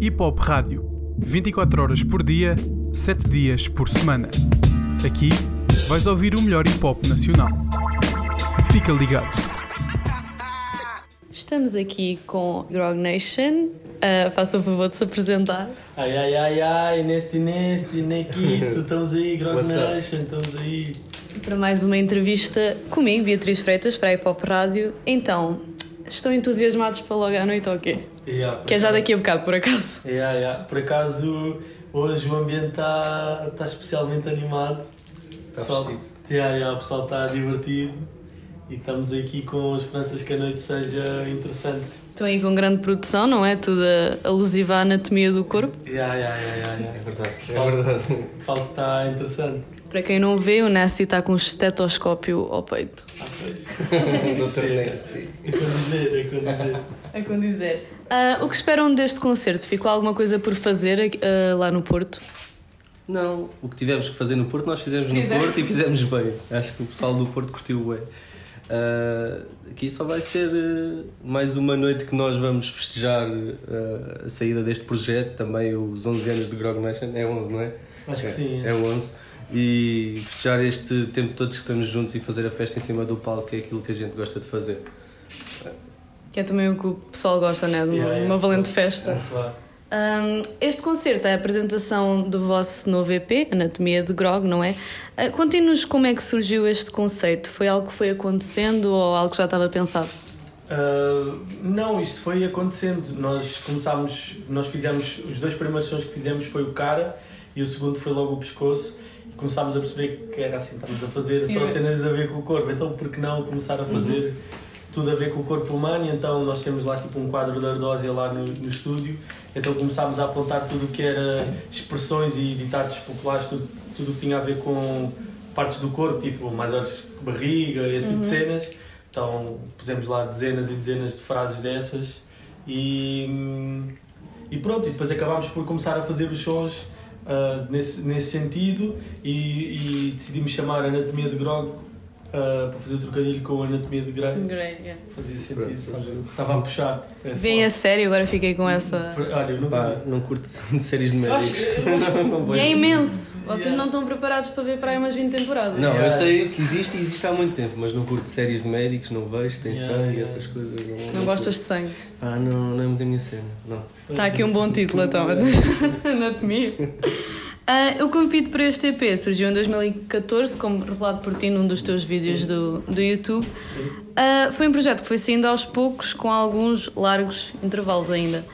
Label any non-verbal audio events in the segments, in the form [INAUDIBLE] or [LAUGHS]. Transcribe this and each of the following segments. Hip Hop Rádio, 24 horas por dia, 7 dias por semana. Aqui vais ouvir o melhor hip hop nacional. Fica ligado. Estamos aqui com Grog Nation. Uh, faça o favor de se apresentar. Ai, ai, ai, ai, neste, neste, Nequito, [LAUGHS] estamos aí, Grog Nation, estamos aí. Para mais uma entrevista comigo, Beatriz Freitas, para a Hip Hop Rádio. Então, estão entusiasmados para logo à noite ou quê? Yeah, ah, por Que é já acaso- daqui a bocado, por acaso. Yeah, yeah. ah, Por acaso, hoje o ambiente está tá especialmente animado. Tá Pessoal- festivo. Yeah, yeah, ah, o pessoal está divertido e estamos aqui com esperanças que a noite seja interessante. Estão aí com grande produção, não é? Tudo a- alusivo à anatomia do corpo. Yeah, yeah, yeah, yeah, É yeah. verdade, é verdade. ah, O palco está interessante. Para quem não vê, o Nasty está com um estetoscópio ao peito. Ah, pois. Doutor Nasty. É condizer, é condizer. [LAUGHS] É como dizer. Ah, o que esperam deste concerto? Ficou alguma coisa por fazer ah, lá no Porto? Não, o que tivemos que fazer no Porto, nós fizemos no Fizemos. Porto e fizemos bem. Acho que o pessoal do Porto curtiu bem. Ah, aqui só vai ser eh, mais uma noite que nós vamos festejar eh, a saída deste projeto, também os 11 anos de Grog Nation. É 11, não é? Acho que É, sim. É 11. E festejar este tempo todo que estamos juntos e fazer a festa em cima do palco, que é aquilo que a gente gosta de fazer. Que é também o que o pessoal gosta, né? De uma, Yeah, yeah. uma valente festa. Claro. Ahm, este concerto é a apresentação do vosso novo EP, Anatomia de Grog, não é? Ah, Contem-nos como é que surgiu este conceito. Foi algo que foi acontecendo ou algo que já estava pensado? Uh, não, isso foi acontecendo. Nós começámos, nós fizemos, os dois primeiros sons que fizemos foi o cara e o segundo foi logo o pescoço. E começámos a perceber que era assim, estamos a fazer só Sim. cenas a ver com o corpo, então por que não começar a fazer tudo a ver com o corpo humano? E então nós temos lá tipo um quadro da ardósia lá no, no estúdio, então começámos a apontar tudo o que era expressões e ditados populares, tudo, tudo o que tinha a ver com partes do corpo, tipo mais horas barriga, esse tipo de cenas. Então pusemos lá dezenas e dezenas de frases dessas e, e pronto, e depois acabámos por começar a fazer os sons ah, nesse, nesse sentido e, e decidimos chamar Anatomia de Grog ah, para fazer o trocadilho com Anatomia de Grey. Fazia sentido, Pronto. estava a puxar. essa Bem a hora. sério, agora fiquei com essa. Olha, eu nunca Pá, não curto [LAUGHS] séries de Acho médicos. que- Não vou. E é imenso! Vocês Yeah. não estão preparados para ver para aí umas 20 temporadas. Não, Yeah. eu sei que existe e existe há muito tempo, mas não curto séries de médicos, não vejo, tem Yeah, sangue, yeah. essas coisas. Não, Não curto. gostas de sangue. Ah, não, não é muito a minha cena. Não. Está aqui um bom título, então. É. [LAUGHS] Anatomia. Ah, o convite para este EP surgiu em 2014, como revelado por ti num dos teus vídeos do, do YouTube. Ah, foi um projeto que foi saindo aos poucos, com alguns largos intervalos ainda.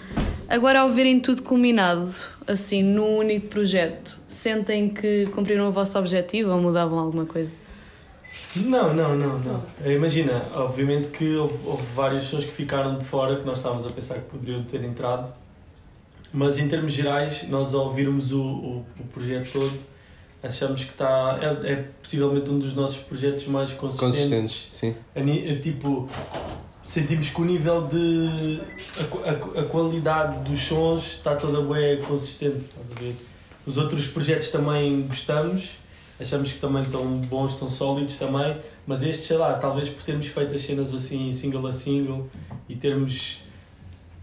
Agora, ao verem tudo culminado, assim, num único projeto, sentem que cumpriram o vosso objetivo ou mudavam alguma coisa? Não, não, não, não. Imagina, obviamente que houve, houve vários sons que ficaram de fora que nós estávamos a pensar que poderiam ter entrado, mas em termos gerais, nós ao ouvirmos o, o, o projeto todo, achamos que está. É, é possivelmente um dos nossos projetos mais consistentes. Consistentes, sim. A ni- eh, tipo, sentimos que o nível de. a qu- a, qu- a qualidade dos sons está toda bem consistente, estás a ver? Os outros projetos também gostamos, achamos que também estão bons, estão sólidos também, mas este, sei lá, talvez por termos feito as cenas assim, single a single, e termos.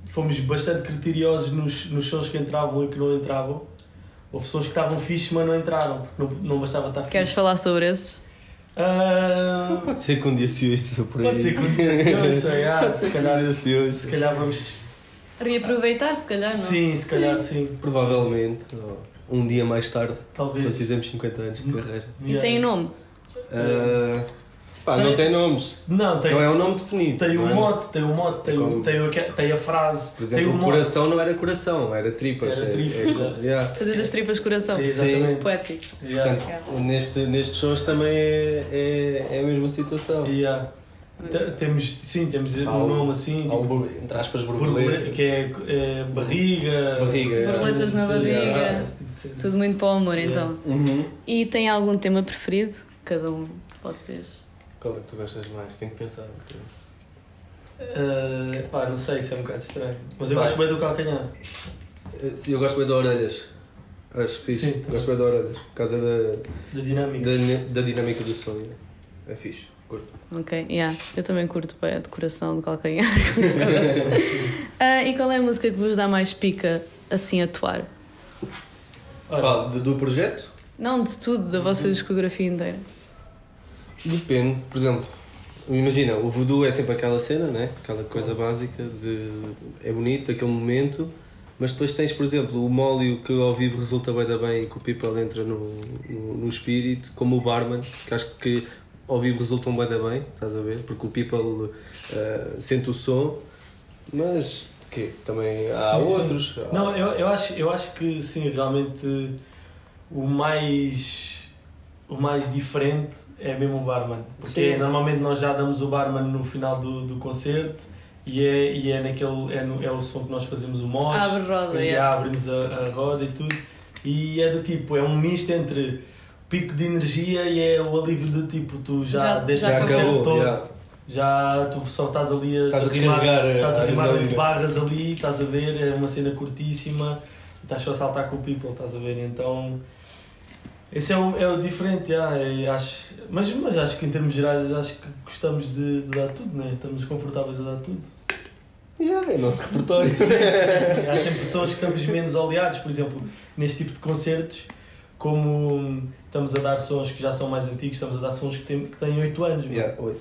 fomos bastante criteriosos nos, nos sons que entravam e que não entravam. Houve sons que estavam fixe, mas não entraram, porque não, não bastava estar Queres fixe. falar sobre esse? Ah, Pode ser que um dia se ouça por aí. Pode ser que um dia [LAUGHS] se [LAUGHS] ouça, yeah, Pode ser se que um calhar- dia se Ah, ouça. Se calhar vamos. Reaproveitar, se calhar, não? Sim, se calhar sim. Provavelmente, ou um dia mais tarde, quando Talvez. fizermos 50 anos Hum. de carreira. E tem nome? Ah, pá, Tem- não tem nomes. Não, tem, Não é um nome definido. tem não o é? mote, tem o mote, tem, o- Como- tem, o que- é- tem a frase, Por exemplo, tem um o o mote. coração não era coração, era tripas. Era é- é- tripas, yeah. Fazer das tripas coração. Exatamente. Poético. Yeah. Portanto, neste, nestes sons também é, é, é a mesma situação. Yeah. é. Te- Temos, sim, temos Há um o- nome assim, Há o tipo, bur- entre aspas, borboleta, borboleta. que é, é barriga. Barriga. é. Borboletas na Sim, barriga. yeah, esse tipo de cena. Tudo muito para o amor, Yeah. então. Uhum. E tem algum tema preferido? Cada um de vocês. Qual é que tu gostas mais? Tenho que pensar. um bocadinho. Ah, pá, não sei, isso é um bocado estranho. Mas eu Vai. gosto bem do calcanhar. Eh, Sim, eu gosto bem de orelhas. Acho fixe. Sim. gosto bem de orelhas. Por causa da, Da dinâmica. da, da dinâmica do som. né? É fixe. Curto. Ok, yeah. Eu também curto bem [LAUGHS] a decoração de calcanhar. Ah, e qual é a música que vos dá mais pica assim atuar? Olha, Qual? De- do projeto? Não de tudo, da Uhum. vossa discografia inteira. Depende, por exemplo, imagina, o voodoo é sempre aquela cena, né? aquela coisa básica de é bonito aquele momento, mas depois tens, por exemplo, o molho que ao vivo resulta bem da bem e que o people entra no, no, no espírito, como o barman, que acho que ao vivo resultam bem da bem, estás a ver? Porque o people eh, sente o som, mas que também há Sim, sim. outros. há- Não, eu, eu, acho, eu acho que sim, realmente o mais, o mais diferente é mesmo o barman. Porque Sim. normalmente nós já damos o barman no final do, do concerto e é, e é, naquele, é, no- é o som que nós fazemos o mosh. Abre roda, e é. abrimos a, a roda e tudo. E é do tipo, é um misto entre pico de energia e é o alívio do tipo, tu já, Já- deste já o concerto acabou, todo. já. Já tu só estás ali a, Estás a rimar, descarregar a- estás a a rimar oito adrenalina. barras ali, estás a ver, é uma cena curtíssima, e estás só a saltar com o people, estás a ver, então esse é o, é o diferente, já, é, acho, mas, mas acho que em termos gerais acho que gostamos de, de dar tudo, né? estamos confortáveis a dar tudo. Yeah, é nosso repertório. Sim, sim, sim. Há sempre pessoas que estamos menos oleados, por exemplo, neste tipo de concertos, como estamos a dar sons que já são mais antigos, estamos a dar sons que têm, que têm 8 anos. mano. yeah, oi.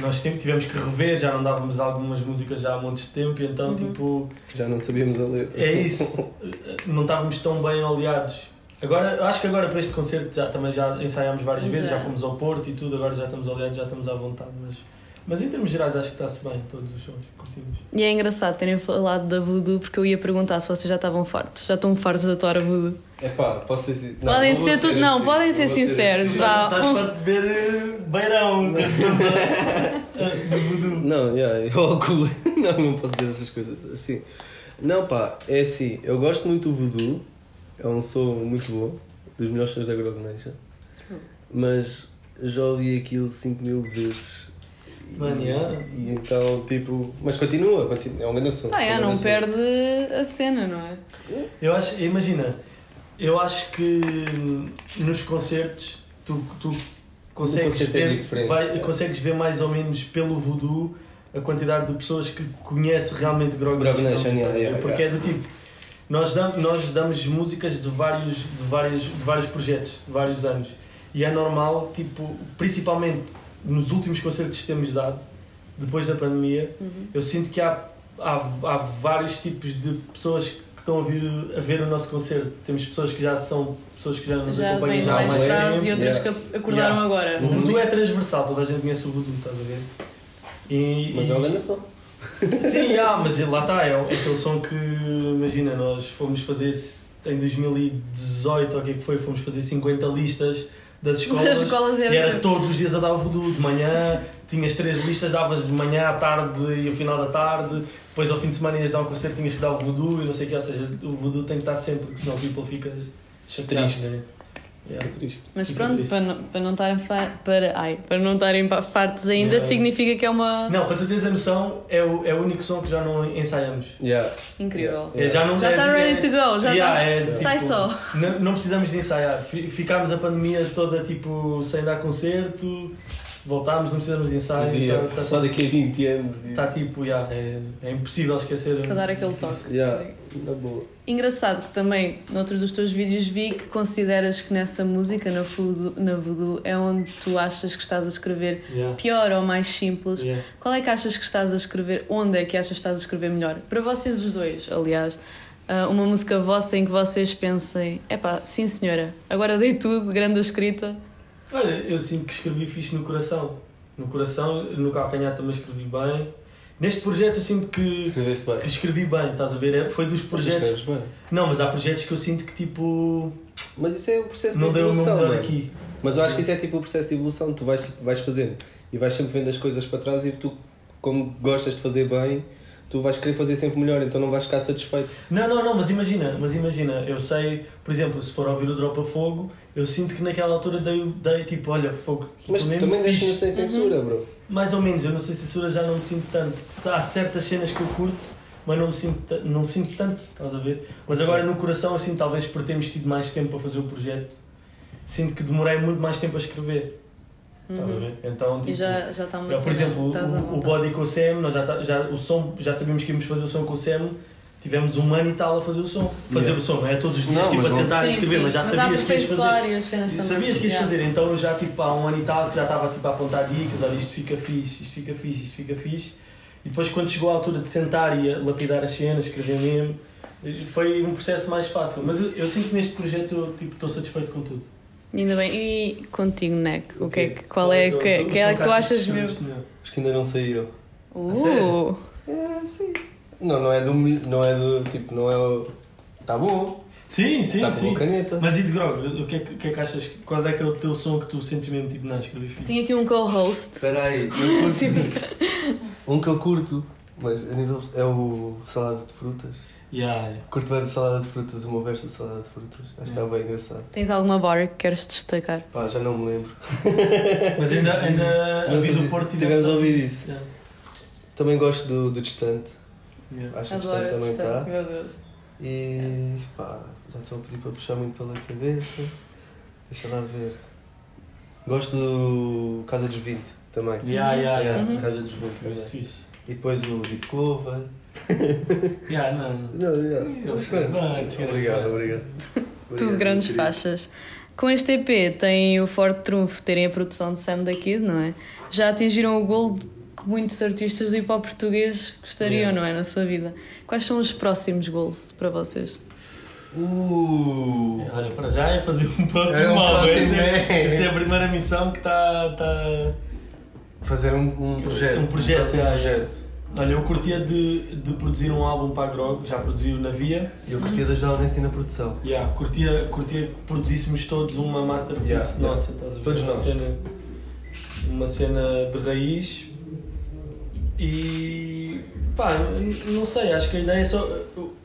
Nós sempre tivemos que rever, já não dávamos algumas músicas já há montes de tempo, e então, Uhum. tipo, Já não sabíamos a letra. é isso. Não estávamos tão bem oleados. Agora, eu acho que agora para este concerto já, também já ensaiámos várias vezes, Já. já fomos ao Porto e tudo, agora já estamos oleados, já estamos à vontade. Mas, mas em termos gerais, acho que está-se bem, todos os sons que curtimos. E é engraçado terem falado da voodoo porque eu ia perguntar se vocês já estavam fartos. Já estão fartos de atuar a voodoo. Epá, posso ser sin- Podem vou ser tudo- não, assim, podem vou ser sinceros, assim. vá. Estás farto de beber eh, beirão. [LAUGHS] eh, Não, yeah, eu álcool. [LAUGHS] Não, não posso dizer essas coisas. Assim. Não, pá, é assim. Eu gosto muito do voodoo. É um som muito bom. Dos melhores sons da Grog Nation. Mas já ouvi aquilo 5 mil vezes. E- Mano, yeah. E então, tipo. Mas continua, continua. É um grande som. Pá, é é, um não grande som. perde a cena, não é? Eu acho, imagina, eu acho que hum, nos concertos tu, tu consegues, concerto é ver, diferente, vai- é. consegues ver mais ou menos pelo voodoo a quantidade de pessoas que conhece realmente Grog Grog Nation. Nation, yeah, yeah, porque é do tipo, nós damos, nós damos músicas de vários, de, vários, de vários projetos, de vários anos. E é normal, tipo, principalmente nos últimos concertos que temos dado, depois da pandemia, eu sinto que há, há, há vários tipos de pessoas que estão a, vir, a ver o nosso concerto. Temos pessoas que já são pessoas que já nos Já acompanham vêm já há mais mais de atrás tempo. e outras Yeah. que acordaram Yeah. agora. Uhum. O voodoo é transversal, toda a gente conhece o voodoo, estás a ver? E, Mas e- é um grande som. Sim, há, mas lá está, é, é aquele som que, imagina, nós fomos fazer em 2018, ou o que é que foi, fomos fazer 50 listas [LAUGHS] das escolas. As escolas E era eram sempre. todos os dias a dar o voodoo, de manhã, tinhas três listas, davas de manhã à tarde e ao final da tarde, depois ao fim de semana ias dar um concerto, tinhas que dar o voodoo e não sei o que, ou seja, o voodoo tem que estar sempre, porque senão o people fica chateado. Triste. né? Yeah. Triste. Mas Fica pronto, triste. para não, para não estarem fa- para, ai, para não estarem pa- fartos ainda, Já. significa que é uma. Não, para tu teres a noção, é o, é o único som que já não ensaiamos. Yeah. Incrível. É, já não Já é- está ready to go, já Yeah, está. é, Sai tipo, só. Não, não precisamos de ensaiar. Fi- Ficámos a pandemia toda tipo sem dar concerto, voltámos, não precisamos de Um ensaio. dia, tá- tá- só daqui a 20 anos. e- Está tipo, yeah, é, é impossível esquecer. Para dar aquele toque. Yeah, na boa. Engraçado que também, noutro dos teus vídeos, vi que consideras que nessa música, na voodoo, na voodoo, é onde tu achas que estás a escrever Yeah, pior ou mais simples. yeah. Qual é que achas que estás a escrever? Onde é que achas que estás a escrever melhor? Para vocês os dois, aliás, ah, uma música vossa em que vocês pensem: epá, sim senhora, agora dei tudo, grande a escrita. Olha, eu sinto que escrevi fixe no coração. No coração, no calcanhar também escrevi bem. Neste projeto eu sinto que, Escreveste bem. que escrevi bem, estás a ver? É- Foi dos projetos. Escreves bem. Não, mas há projetos que eu sinto que tipo. Mas isso é o processo Não de deu o meu evolução. é? melhor mano. aqui. Mas eu acho que isso é tipo o processo de evolução, tu vais, tipo, vais fazendo e vais sempre vendo as coisas para trás e tu, como gostas de fazer bem, tu vais querer fazer sempre melhor, então não vais ficar satisfeito. Não, não, não, mas imagina, mas imagina, eu sei, por exemplo, se for ouvir o Dropa Fogo, eu sinto que naquela altura dei, dei tipo, olha, fogo, que Mas tu tu mesmo também é fixe. Uhum. deixas-nos sem censura, bro. Mais ou menos, eu não sei se censura já não me sinto tanto. Há certas cenas que eu curto, mas não me sinto, ta- não sinto tanto, estás a ver? Mas agora no coração, eu sinto talvez por termos tido mais tempo a fazer o projeto, sinto que demorei muito mais tempo a escrever, estás a Uhum. ver? Então, tipo, E já, já está uma eu, por cena, exemplo, estás à o, o vontade. body com o Sam, nós já, tá- já, o som, já sabíamos que íamos fazer o som com o Sam, Tivemos um ano e tal a fazer o som. Fazer Yeah. o som, não é todos os dias, Não, tipo, a mas não- sentar e escrever, mas já sabias que ias fazer. aperfeiçoar e as cenas também. é. Sabias que ias Yeah. fazer, então eu já tipo há um ano e tal que já estava tipo, a apontar dicas, olha isto fica fixe, isto fica fixe, isto fica fixe. E depois quando chegou a altura de sentar e a lapidar as cenas, escrever mesmo, eh, foi um processo mais fácil. Mas eu, eu sinto que neste projeto eu tipo, estou satisfeito com tudo. Ainda bem. E contigo, Neck? O que é que, qual é Eu- que, eu- eu que, é sou um que tu caixa de achas mesmo? instrumentos, não. Acho que ainda não saiu. Uh, É, sim. Não, não é do. Não é do. Tipo, não é. o- Tá bom. Sim, sim, tá com sim. boa caneta. Mas e de Grog, o que é que, o que é que achas? Qual é que é o teu som que tu sentes mesmo tipo na escrever fixe? tenho aqui um co-host. Espera aí. eu [LAUGHS] curto- um que eu curto, mas a nível. É o salada de frutas. Yeah, yeah. Curto bem de salada de frutas, uma verso de salada de frutas. Acho que É. está bem engraçado. Tens alguma bar que queres destacar? Pá, já não me lembro. [LAUGHS] Mas [LAUGHS] ainda, ainda é a Mas vida tu- do Porto tivemos a ouvir isso. Yeah, Também gosto do, do distante. yeah. Acho que o distante também tá. está. meu Deus. E pá, já estou a pedir para puxar muito pela cabeça. Deixa lá ver. Gosto do Casa dos 20 também. Yeah, yeah, Yeah, yeah. Uhum. Casa dos 20 Foi também. fixe. E depois o Deep Cover. Yeah, não, não. Não, yeah. Eles cantam. Obrigado, obrigado. Tudo é Obrigado, grandes querido. faixas. Com este EP tem o forte trunfo de terem a produção de Sam da Kid, não é? Já atingiram o gol que muitos artistas do hip hop português gostariam, Yeah. não é? Na sua vida. Quais são os próximos goals para vocês? Uh! É, Olha, para já é fazer um É um próximo álbum. próximo, Essa é- é. Essa é a primeira missão que tá, está. está- Fazer um, um projeto. Um projeto, próximo já, projeto. Olha, eu curtia de, de produzir um álbum para a Grog, já produziu na Via. E eu curti de ajudar o Nessie na produção. Yeah, curtia, curtia que produzíssemos todos uma masterpiece Yeah, yeah. nossa, estás a ver? Todos uma nós. Cena, uma cena de raiz. E. pá, n- não sei, acho que a ideia é só,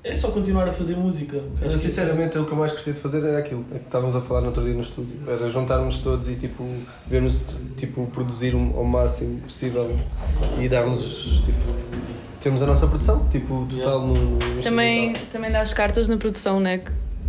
é só continuar a fazer música. Eu, Acho que- sinceramente, o que é- eu mais gostei de fazer era aquilo é que estávamos a falar no outro dia no estúdio. Era juntarmos todos e tipo, vermos, tipo, produzir um- ao máximo possível e darmos, tipo, temos a nossa produção, tipo, total no, no Também, instrumental. também dás cartas na produção, não é?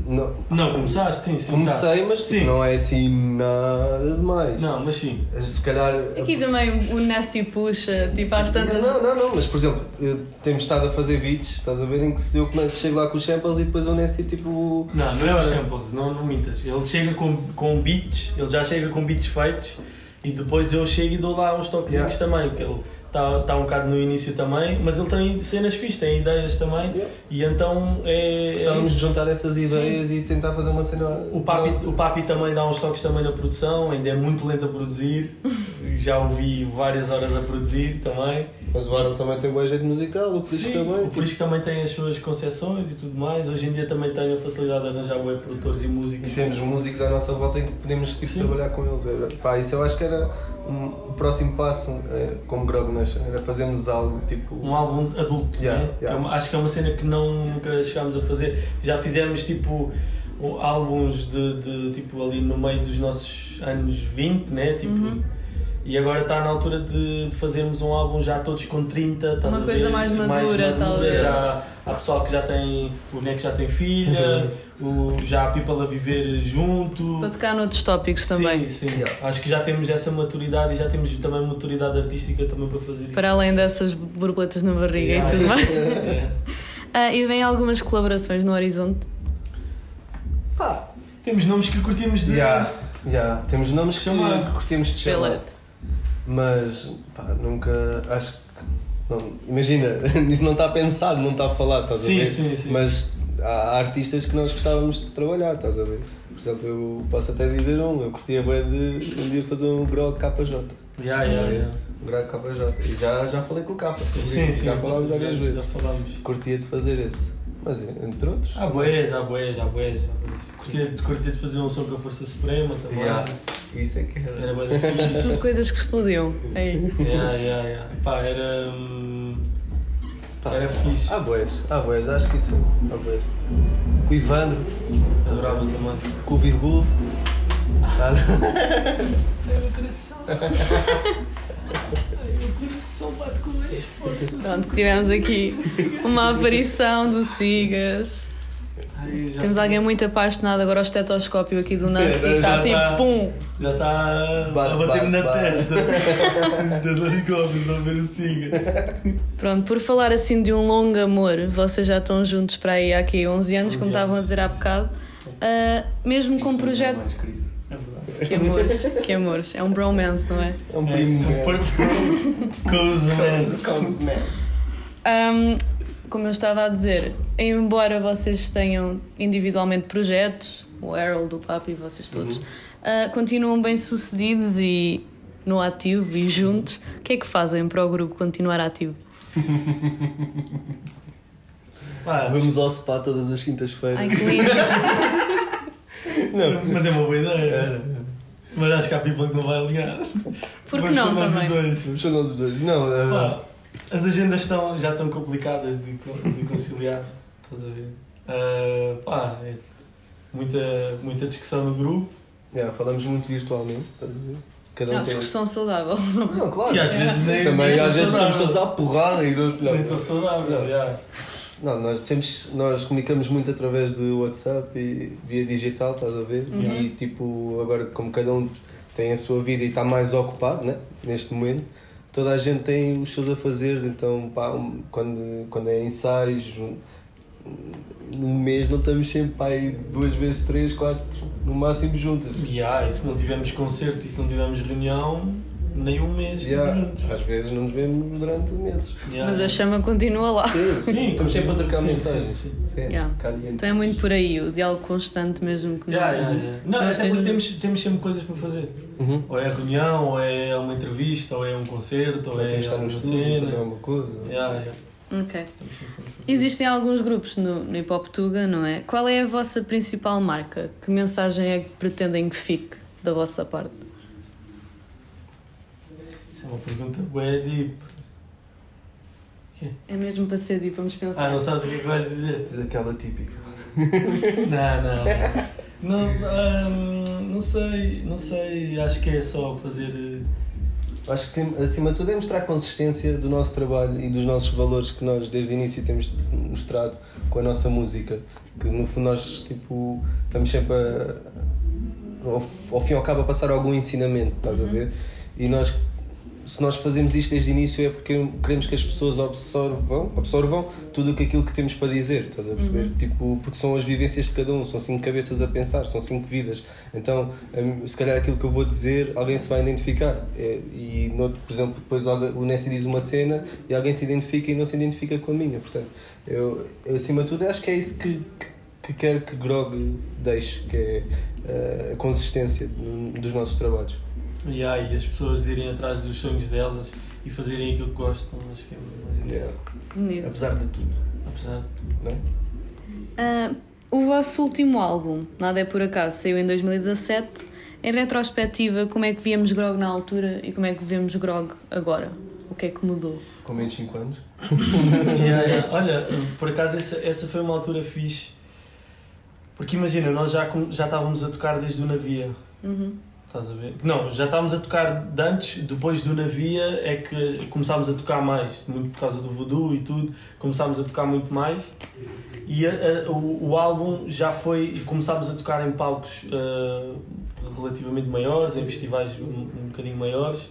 Não, Não, começaste? Sim, sim. tá. comecei, mas Sim. tipo, não é assim nada demais. Não, mas sim. Se calhar. Aqui também o Nasty puxa, tipo às tantas. Não, não, não, mas por exemplo, eu- temos estado a fazer beats, estás a ver? Em que se eu começo, chego lá com os samples e depois o Nessie, tipo, Não, não é os samples, não, não mintas. Ele chega com, com beats, ele já chega com beats feitos e depois eu chego e dou lá uns toquezinhos Yeah. também, que ele está tá um bocado no início também, mas ele tem cenas fixas, tem ideias também Yeah. e então é. é Gostávamos isso. de juntar essas ideias e tentar fazer uma cena. o papi, o papi também dá uns toques também na produção, ainda é muito lento a [LAUGHS] produzir, já ouvi várias horas a produzir também. Mas o Aaron também tem um bom jeito musical, o Cris Sim, também. o tipo, Prisco também tem as suas concessões e tudo mais. Hoje em dia também tem a facilidade de arranjar web produtores e músicos. E temos músicos à nossa volta em que podemos tipo, Sim. trabalhar com eles. Era- Pá, isso eu acho que era um- o próximo passo, eh, como Grog Nation, era fazermos algo tipo. um álbum adulto, Yeah, né? Que é yeah. uma- acho que é uma cena que não, nunca chegámos a fazer. Já fizemos tipo um- álbuns de, de, tipo ali no meio dos nossos anos 20, né? Tipo, Uhum. E agora está na altura de, de fazermos um álbum já todos com 30, estás Uma a coisa ver? mais madura, talvez. Já, há pessoal que já tem. O Neco já tem filha, É verdade. o, já há people a viver junto. Para tocar noutros tópicos também. Sim, sim. Acho que já temos essa maturidade e já temos também maturidade artística também para fazer isso. Para além dessas borboletas na barriga Yeah. e tudo mais. [LAUGHS] É. Ah, e vem algumas colaborações no horizonte. Pá! Temos nomes que curtimos de. Yeah, yeah. Temos nomes que, Chamar. que curtimos de chamar. Pellet. Mas pá, nunca. Acho que. não, imagina, [LAUGHS] isso não está pensado, não está falado, estás a Sim, ver? sim, sim. Mas há artistas que nós gostávamos de trabalhar, estás a ver? Por exemplo, eu posso até dizer um, eu curtia bem de um dia fazer um Grog KJ. Yeah, yeah, yeah. Um Grog KJ. E já, já falei com o K sobre Sim, isso, sim. já falámos várias já, vezes. Já falámos. Ah, Curtia de fazer esse. Mas entre outros. Há boés, há boés, há boés. há boés. Curtia, curtia de fazer um som com a Força Suprema também. Yeah. Isso é que era. Era bué da fixe. Tudo coisas que explodiam. Aí. yeah, yeah, yeah. Pá, era. hum, Pá. Ah, Era fixe. Há boés, há boés, acho que isso é. Há boés. Com o Ivandro, Adorava também. com o Virgul. Ah, Estás a Pronto, tivemos aqui uma aparição do Sigas. Ai, já Temos tô- alguém muito apaixonado agora ao estetoscópio aqui do Nancy É, e está já tá. tipo pum! Já está Bate, a bater-me na bate, bate. testa. [LAUGHS] Da Dani Gomes, não ver o Singa. Pronto, por falar assim de um longo amor, vocês já estão juntos para aí há aqui 11 anos, 11 como estavam a dizer há bocado. Ah, mesmo com um projeto. É verdade. Que amores, que amores. É um bromance, não é? [LAUGHS] É um primo. É, man. Cousins. Ahm, como eu estava a dizer, embora vocês tenham individualmente projetos, o Harold, o Papi, vocês todos, Uhum. ah, continuam bem-sucedidos e no ativo e juntos. O que é que fazem para o grupo continuar ativo? Pá, Vamos ao spa todas as quintas-feiras. Ai, que [LAUGHS] lindo! Não, Mas é uma boa ideia. é? Mas acho que há people que não vai alinhar. Por que Vamos não chamar os também? dois. vamos só nós os dois. Não, ah, Pá, as agendas estão, já estão complicadas de, co- de conciliar, estás a ver? Ah, pá, é muita, muita discussão no grupo yeah, falamos muito virtualmente, estás a ver? Cada um Não, tem. discussão saudável. Não, claro. e às é. vezes nem. Também nem às vezes saudável. estamos todos à porrada e do... Nem tão não, saudável, já. não, nós temos, nós comunicamos muito através de WhatsApp e via digital, estás a ver? Uhum. E tipo, agora como cada um tem a sua vida e está mais ocupado, né? Neste momento, toda a gente tem os seus afazeres, então pá, um- quando, quando é ensaios, um- num mês não estamos sempre pá, aí duas vezes, três, quatro, no máximo juntas. Já, e se não tivermos concerto e se não tivermos reunião, nem um mês Já, estamos juntos. às vezes não nos vemos durante meses. Já. Mas a chama continua lá. Sim, Sim, estamos sempre a trocar sim, mensagens. sim, sim. Sim, Yeah. caliente. Então é muito por aí, o diálogo constante mesmo que não. Já, já, já. Não, Nós até porque temos- temos, temos sempre coisas para fazer. Uhum. Ou é reunião, ou é uma entrevista, ou é um concerto, ou Ou é temos de estar no uma estúdio, fazer cena. alguma coisa. Já, já. Ok. Existem alguns grupos no, no Hip Hop Tuga, não é? Qual é a vossa principal marca? Que mensagem é que pretendem que fique da vossa parte? Isso é uma pergunta bué deep. É mesmo para ser deep, vamos pensar. Ah, não sabes o que é que vais dizer? [LAUGHS] Diz aquela típica. Não, não. Não, hum, não sei, não sei. Acho que é só fazer. eh, Acho que sim- acima de tudo é mostrar a consistência do nosso trabalho e dos nossos valores que nós desde o início temos mostrado com a nossa música. Que no fundo nós tipo, estamos sempre a. Ao, ao fim e ao cabo a passar algum ensinamento, estás a ver? E nós, se nós fazemos isto desde o início é porque queremos que as pessoas absorvam, absorvam tudo o que- aquilo que temos para dizer, estás a perceber? Tipo, porque são as vivências de cada um, são cinco cabeças a pensar, são cinco vidas. Então, hum, se calhar aquilo que eu vou dizer, alguém se vai identificar. É, E, noutro, por exemplo, depois algu- o Nessie diz uma cena e alguém se identifica e não se identifica com a minha. Portanto, eu, eu, acima de tudo, acho que é isso que, que quero que Grog deixe, que é eh, a consistência do- dos nossos trabalhos. E aí, as pessoas irem atrás dos sonhos delas e fazerem aquilo que gostam. Acho que é mais isso. Bonito. Apesar de tudo, Apesar de tudo. [LAUGHS] não é? Ah, o vosso último álbum, Nada é Por Acaso, saiu em 2017. Em retrospectiva, como é que víamos Grog na altura e como é que vemos Grog agora? O que é que mudou? Com menos 5 anos. Yeah, yeah. Olha, por acaso essa, essa foi uma altura fixe. Porque imagina, nós já, com- já estávamos a tocar desde o navio. Uhum. Estás a ver? Não, já estávamos a tocar de antes, depois do navio é que começámos a tocar mais, muito por causa do voodoo e tudo, começámos a tocar muito mais. E a- a- o, o álbum já foi, e começámos a tocar em palcos ah, relativamente maiores, em festivais um, um bocadinho maiores.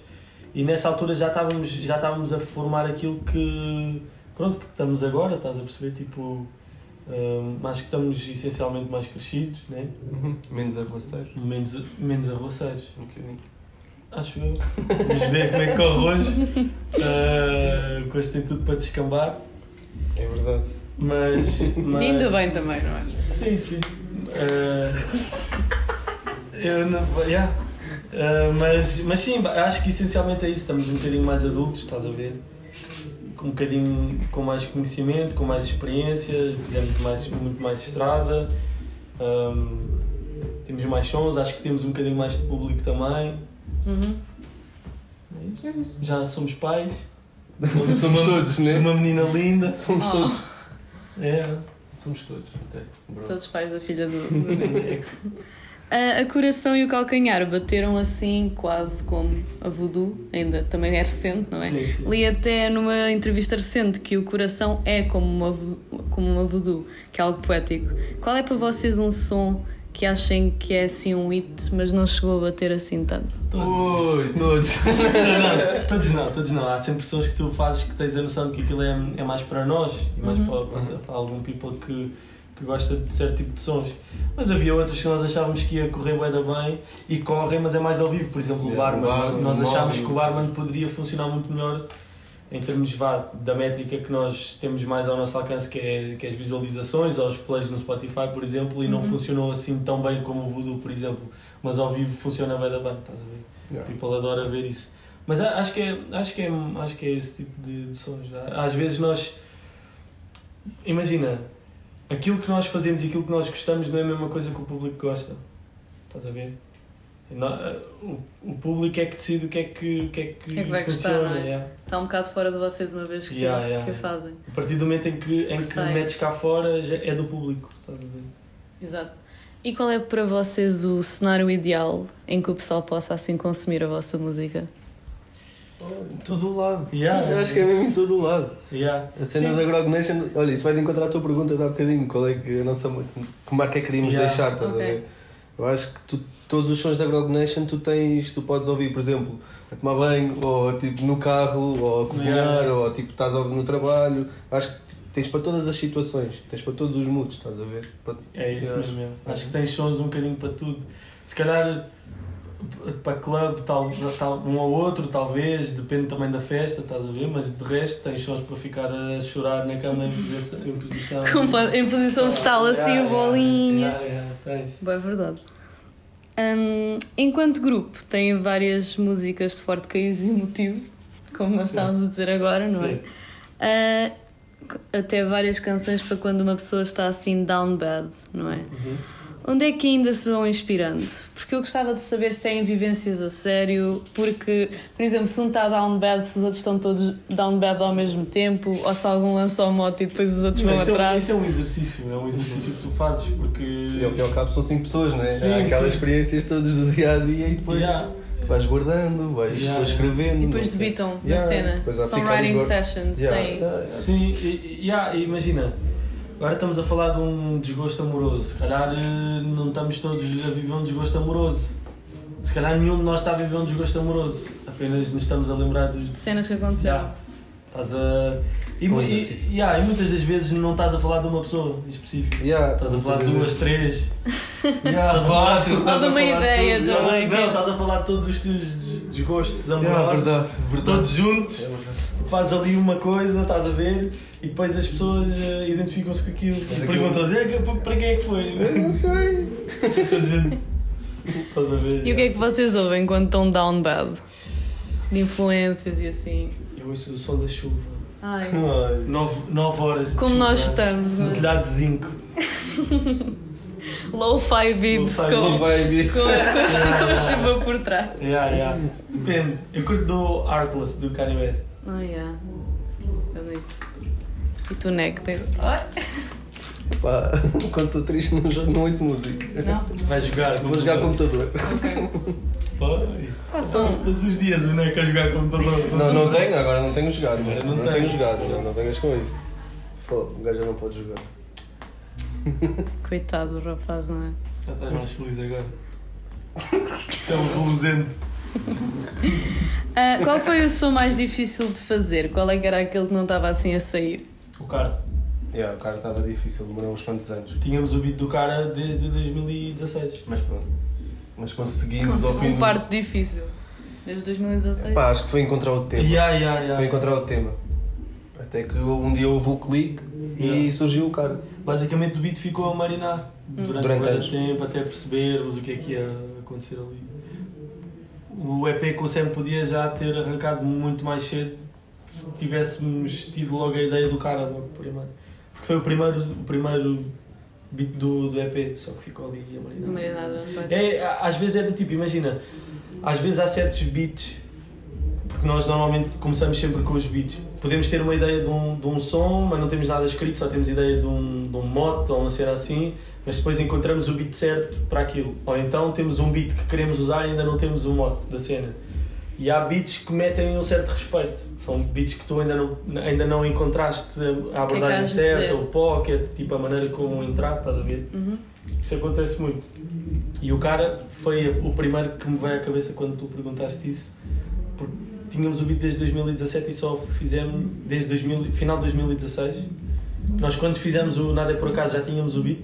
E nessa altura já estávamos, já estávamos a formar aquilo que, pronto, que estamos agora, estás a perceber? Tipo, ah, acho que estamos essencialmente mais crescidos, né? Menos arroceiro. menos, menos arroceiros. Um bocadinho. Acho eu. Vamos ver como é que corre hoje. Ah, Porque hoje tem tudo para descambar. É verdade. Mas. mas... Ainda bem também, não é? Sim, sim. Ah, eu não. Yeah. Ah, mas, mas sim, acho que essencialmente é isso. Estamos um bocadinho mais adultos, estás a ver? Com um bocadinho com mais conhecimento, com mais experiência, fizemos mais, muito mais estrada, Ah, temos mais sons, acho que temos um bocadinho mais de público também. Uhum. É isso. Já somos pais. Somos todos, né? Uma menina linda. Somos Oh. todos. É. Somos todos. Ok. Bro. Todos os pais da filha do. É que- [LAUGHS] A, a coração e o calcanhar bateram assim, quase como a voodoo, ainda também é recente, não é? Sim, sim. Li até numa entrevista recente que o coração é como uma, vo- como uma voodoo, que é algo poético. Qual é para vocês um som que achem que é assim um hit, mas não chegou a bater assim tanto? Ui, todos. Não, todos não, todos não. Há sempre pessoas que tu fazes que tens a noção de que aquilo é, é mais para nós e mais para, Uhum. para- para algum people que, que gosta de certo tipo de sons. Mas havia outros que nós achávamos que ia correr bué da bem e correm, mas é mais ao vivo. Por exemplo, o Yeah, o Barman. Barman, nós o achávamos Morning. que o Barman poderia funcionar muito melhor em termos vá, da métrica que nós temos mais ao nosso alcance, que é, que é as visualizações ou os plays no Spotify, por exemplo, e não funcionou assim tão bem como o Voodoo, por exemplo. Mas ao vivo funciona bem da bem, estás a ver? O people adora ver isso. Mas a- acho que é, acho que é, acho que é esse tipo de, de sons. A- Às vezes nós. Imagina, aquilo que nós fazemos e aquilo que nós gostamos não é a mesma coisa que o público gosta. Estás a ver? No- a- o, o público é que decide o que é que, o que, é que, Que é que vai gostar, funciona, não é? yeah. Está um bocado fora de vocês uma vez que, Yeah, yeah, que yeah. fazem. A partir do momento em que, em que Sei. metes cá fora, já é do público. Estás a ver? Exato. E qual é para vocês o cenário ideal em que o pessoal possa assim consumir a vossa música? Em todo o lado. Yeah. Eu acho que é mesmo em todo o lado. Yeah. A cena Sim. da Grog Nation, olha, isso vai de encontrar a tua pergunta de há bocadinho, qual é que a nossa que marca é que queríamos Yeah. deixar, estás Ok. a ver? Eu acho que tu- todos os sons da Grog Nation tu tens, tu podes ouvir, por exemplo, a tomar banho, ou tipo no carro, ou a cozinhar, Yeah. ou tipo estás a ouvir no trabalho. Acho que tipo, tens para todas as situações, tens para todos os moods, estás a ver? Para- É isso Eu acho- mesmo. é. Acho que tens sons um bocadinho para tudo. Se calhar p- para club, tal, tal, um ou outro, talvez, depende também da festa, estás a ver? Mas de resto tens sons para ficar a chorar na cama em posição. Em posição Compa- Em posição fetal, assim, o Yeah, bolinha. yeah, yeah, tens. Boa, é verdade. Hum, enquanto grupo, tem várias músicas de forte caiz emotivo, como nós estávamos a dizer agora, não é? Sim. Ah, c- até várias canções para quando uma pessoa está assim down bad, não é? Uhum. Onde é que ainda se vão inspirando? Porque eu gostava de saber se é em vivências a sério, porque, por exemplo, se um está down bad, se os outros estão todos down bad ao mesmo tempo, ou se algum lança o mote e depois os outros vão Esse é um- atrás. esse é um exercício, é um exercício que tu fazes porque. E ao fim e ao cabo são cinco pessoas, não é? Sim, Há aquelas sim. experiências todas do dia a dia e depois Yeah. vais guardando, vais Yeah. escrevendo. E depois não sei. debitam na Yeah, cena. depois há de ficar Songwriting rigor. sessions, Yeah, tem. yeah, yeah. Sim, e, e, yeah, e imagina, agora estamos a falar de um desgosto amoroso. Se calhar eh, não estamos todos a viver um desgosto amoroso. Se calhar nenhum de nós está a viver um desgosto amoroso. Apenas nos estamos a lembrar dos. de cenas que aconteceram. Yeah. Estás a. E, Bom mu- e, exercício. yeah, e muitas das vezes não estás a falar de uma pessoa em específico. Yeah, Estás a muitas falar de duas, vezes. três. Yeah, quatro, estás Ou de a uma falar ideia tudo. Não, também. que não, é- estás a falar de todos os teus des- desgostos Yeah, amorosos. verdade, verdade. todos juntos. faz ali uma coisa, estás a ver, e depois as pessoas eh, identificam-se com aquilo Mas e aquilo- perguntam "É, que- para quem é que foi? Eu [LAUGHS] não sei. Muita gente. Estás a ver? E o que é que vocês ouvem quando estão down bad? De influências e assim. Eu ouço o som da chuva. Ai, Ai. 9 horas. de como chuva, nós estamos, No né? telhado de [LAUGHS] zinco. Low-fi beats Lo-fi com, Não com, vai vir. com, com chuva por trás. Yeah, yeah. é, Depende. Eu curto do Artless, do Kanye West. Oh, yeah. É Bonito. E tu, Neck, tens... Ai, Pá, quando estou triste não, jogo, não ouço música. Não? Vai jogar. Vou jogar computador. Ok. Pai, Passou um. Todos os dias o Neco a jogar computador. Não, não tenho, agora não tenho jogado. Agora Não, não tenho tenho. jogado, não, não venhas com isso. Pô, o gajo já não pode jogar. Coitado do rapaz, não é? Já estás mais feliz agora. [LAUGHS] É um reluzente. Ah, qual foi o som mais difícil de fazer? Qual é que era aquele que não estava assim a sair? O cara. Yeah, o cara estava difícil, demorou uns quantos anos. Tínhamos o beat do cara desde 2016. Mas pronto. Mas conseguimos ao fim Um do. parte difícil. Desde 2016. Pá, acho que foi encontrar o tema. Yeah, yeah, Foi yeah. encontrar o tema. Até que um dia houve o clique e Yeah. surgiu o cara. Basicamente o beat ficou a marinar durante, Durante durante anos. tempo até percebermos o que é que ia acontecer ali. O EP com o Sam podia já ter arrancado muito mais cedo se tivéssemos tido logo a ideia do cara logo primeiro. Porque foi o primeiro, o primeiro beat do, do EP, só que ficou ali a marinar. um Marinada, não vai. É, a- às vezes é do tipo, imagina, às vezes há certos beats, porque nós normalmente começamos sempre com os beats. Podemos ter uma ideia de um, de um som, mas não temos nada escrito, só temos ideia de um, de um mote ou uma cena assim, mas depois encontramos o beat certo para aquilo. Ou então temos um beat que queremos usar e ainda não temos o mote da cena. E há beats que metem um certo respeito. São beats que tu ainda não, ainda não encontraste a que abordagem has de certa, dizer? o pocket, tipo a maneira como entrar, estás a ver? Uhum. Isso acontece muito. E o cara foi o primeiro que me veio à cabeça quando tu perguntaste isso. Porque tínhamos o beat desde 2017 e só fizemos desde 2000, final de 2016. Nós quando fizemos o Nada é por acaso já tínhamos o beat.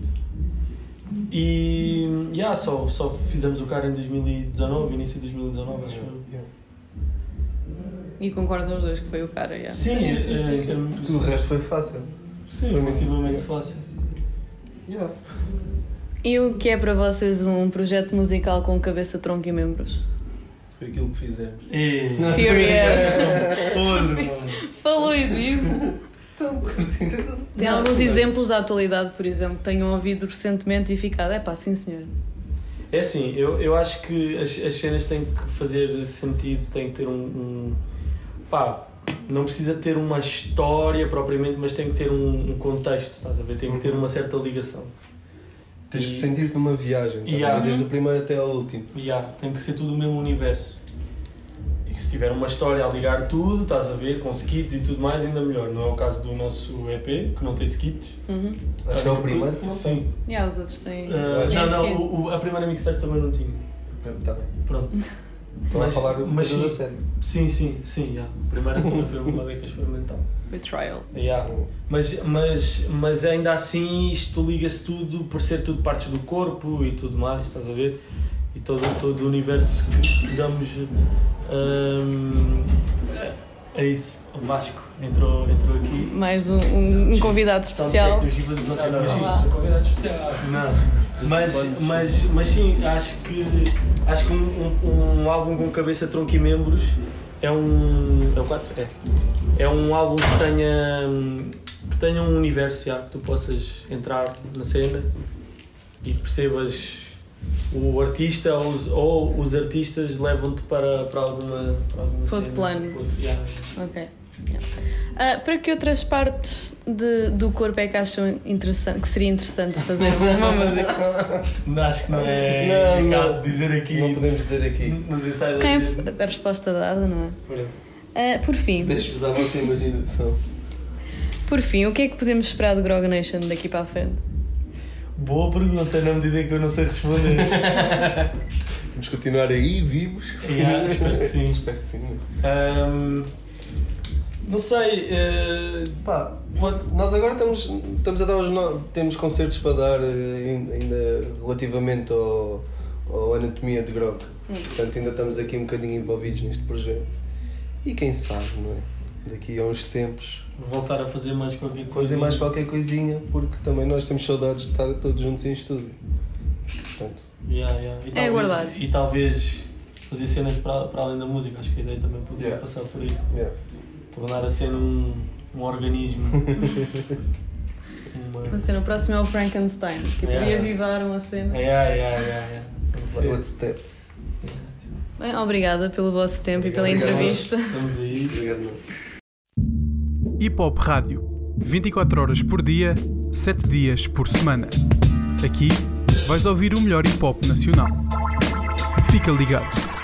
E yeah, só, só fizemos o cara em 2019, início de 2019, acho eu. E concordam os dois que foi o cara, yeah. Sim, Sim, sim, é, sim, em sim. termos- Porque o resto foi fácil. Sim, Foi relativamente bom. fácil. Yeah. E o que é para vocês um projeto musical com cabeça, tronco e membros? Foi aquilo que fizemos. E... Period. Podre, mano. Falou e disse. Tão Então, curtindo. Tem alguns exemplos da atualidade, por exemplo, que tenham ouvido recentemente e ficado, é pá, sim senhor. É assim, eu, eu acho que as, as cenas têm que fazer sentido, têm que ter um, um- Pá, não precisa ter uma história propriamente, mas tem que ter um, um contexto, estás a ver? Tem que ter uma certa ligação. Tens E- que sentir-te numa viagem, tá? Yeah. desde o primeiro até ao último. E há, tem que ser tudo o mesmo universo. E que se tiver uma história a ligar tudo, estás a ver, com skits e tudo mais, ainda melhor. Não é o caso do nosso EP, que não tem skits. Uhum. Acho que é o primeiro que não tem. Sim. E há os outros têm. Ah, Tem não, skit. não, o- o- a primeira mixtape também não tinha. Tá bem. Pronto. Estão a Mas- falar de mas coisas a sim. sério. Sim, sim, sim, já. A primeira também foi uma beca experimental. Foi trial. Yeah. Mas, mas, mas ainda assim isto liga-se tudo por ser tudo partes do corpo e tudo mais, estás a ver? E todo, todo o universo que damos. hum, é isso, o Vasco entrou, entrou aqui. Mais um, um- um convidado especial. Estamos aqui para os outros Não, não, amigos. não. Olá. Convidados especiais. Não. Mas, mas, mas sim, acho que, acho que um, um- um álbum com cabeça, tronco e membros é um. É o 4? É. É um álbum que tenha, hum, que tenha um universo já, que tu possas entrar na cena e percebas o artista ou os, ou os artistas levam-te para, para alguma, para alguma Para outro cena. plano. Outro- já. Ok. Yeah. Ah, para que outras partes de- do corpo é que acham interessante, que seria interessante [LAUGHS] fazer uma música? [LAUGHS] Não, Acho que não é [LAUGHS] Não, indicado não. dizer aqui. Não podemos dizer aqui. Nos ensaios Quem às vezes- é a resposta dada, não é? Ah, por fim, Deixo-vos à vossa imaginação. por fim, o que é que podemos esperar do Grog Nation daqui para a frente? Boa pergunta, na medida em que eu não sei responder. Vamos continuar aí, vivos. Yeah, espero que [LAUGHS] sim. Espero que sim. Ahm, não sei. eh, Pá, nós agora estamos, estamos a dar os no- temos concertos para dar eh, ain- ainda relativamente ao, ao Anatomia de Grog. Portanto, ainda estamos aqui um bocadinho envolvidos neste projeto. E quem sabe, não é? Daqui a uns tempos, vou voltar a fazer mais qualquer coisa. fazer mais qualquer coisinha, porque também nós temos saudades de estar todos juntos em estúdio. Portanto, Yeah, yeah. E talvez- aguardar. E talvez fazer cenas para, para além da música. Acho que a ideia também podia Yeah. passar por aí. yeah. Tornar a cena um, um organismo. Uma uma... cena, o próximo é o Frankenstein. Tipo, Yeah. É. reavivar uma cena. Yeah, yeah, yeah, yeah. Tem que ser. outro step. Bem, obrigada pelo vosso tempo e pela Obrigado. entrevista. Estamos aí. Obrigado, mano. Hip Hop Rádio, 24 horas por dia, 7 dias por semana. Aqui vais ouvir o melhor hip hop nacional. Fica ligado.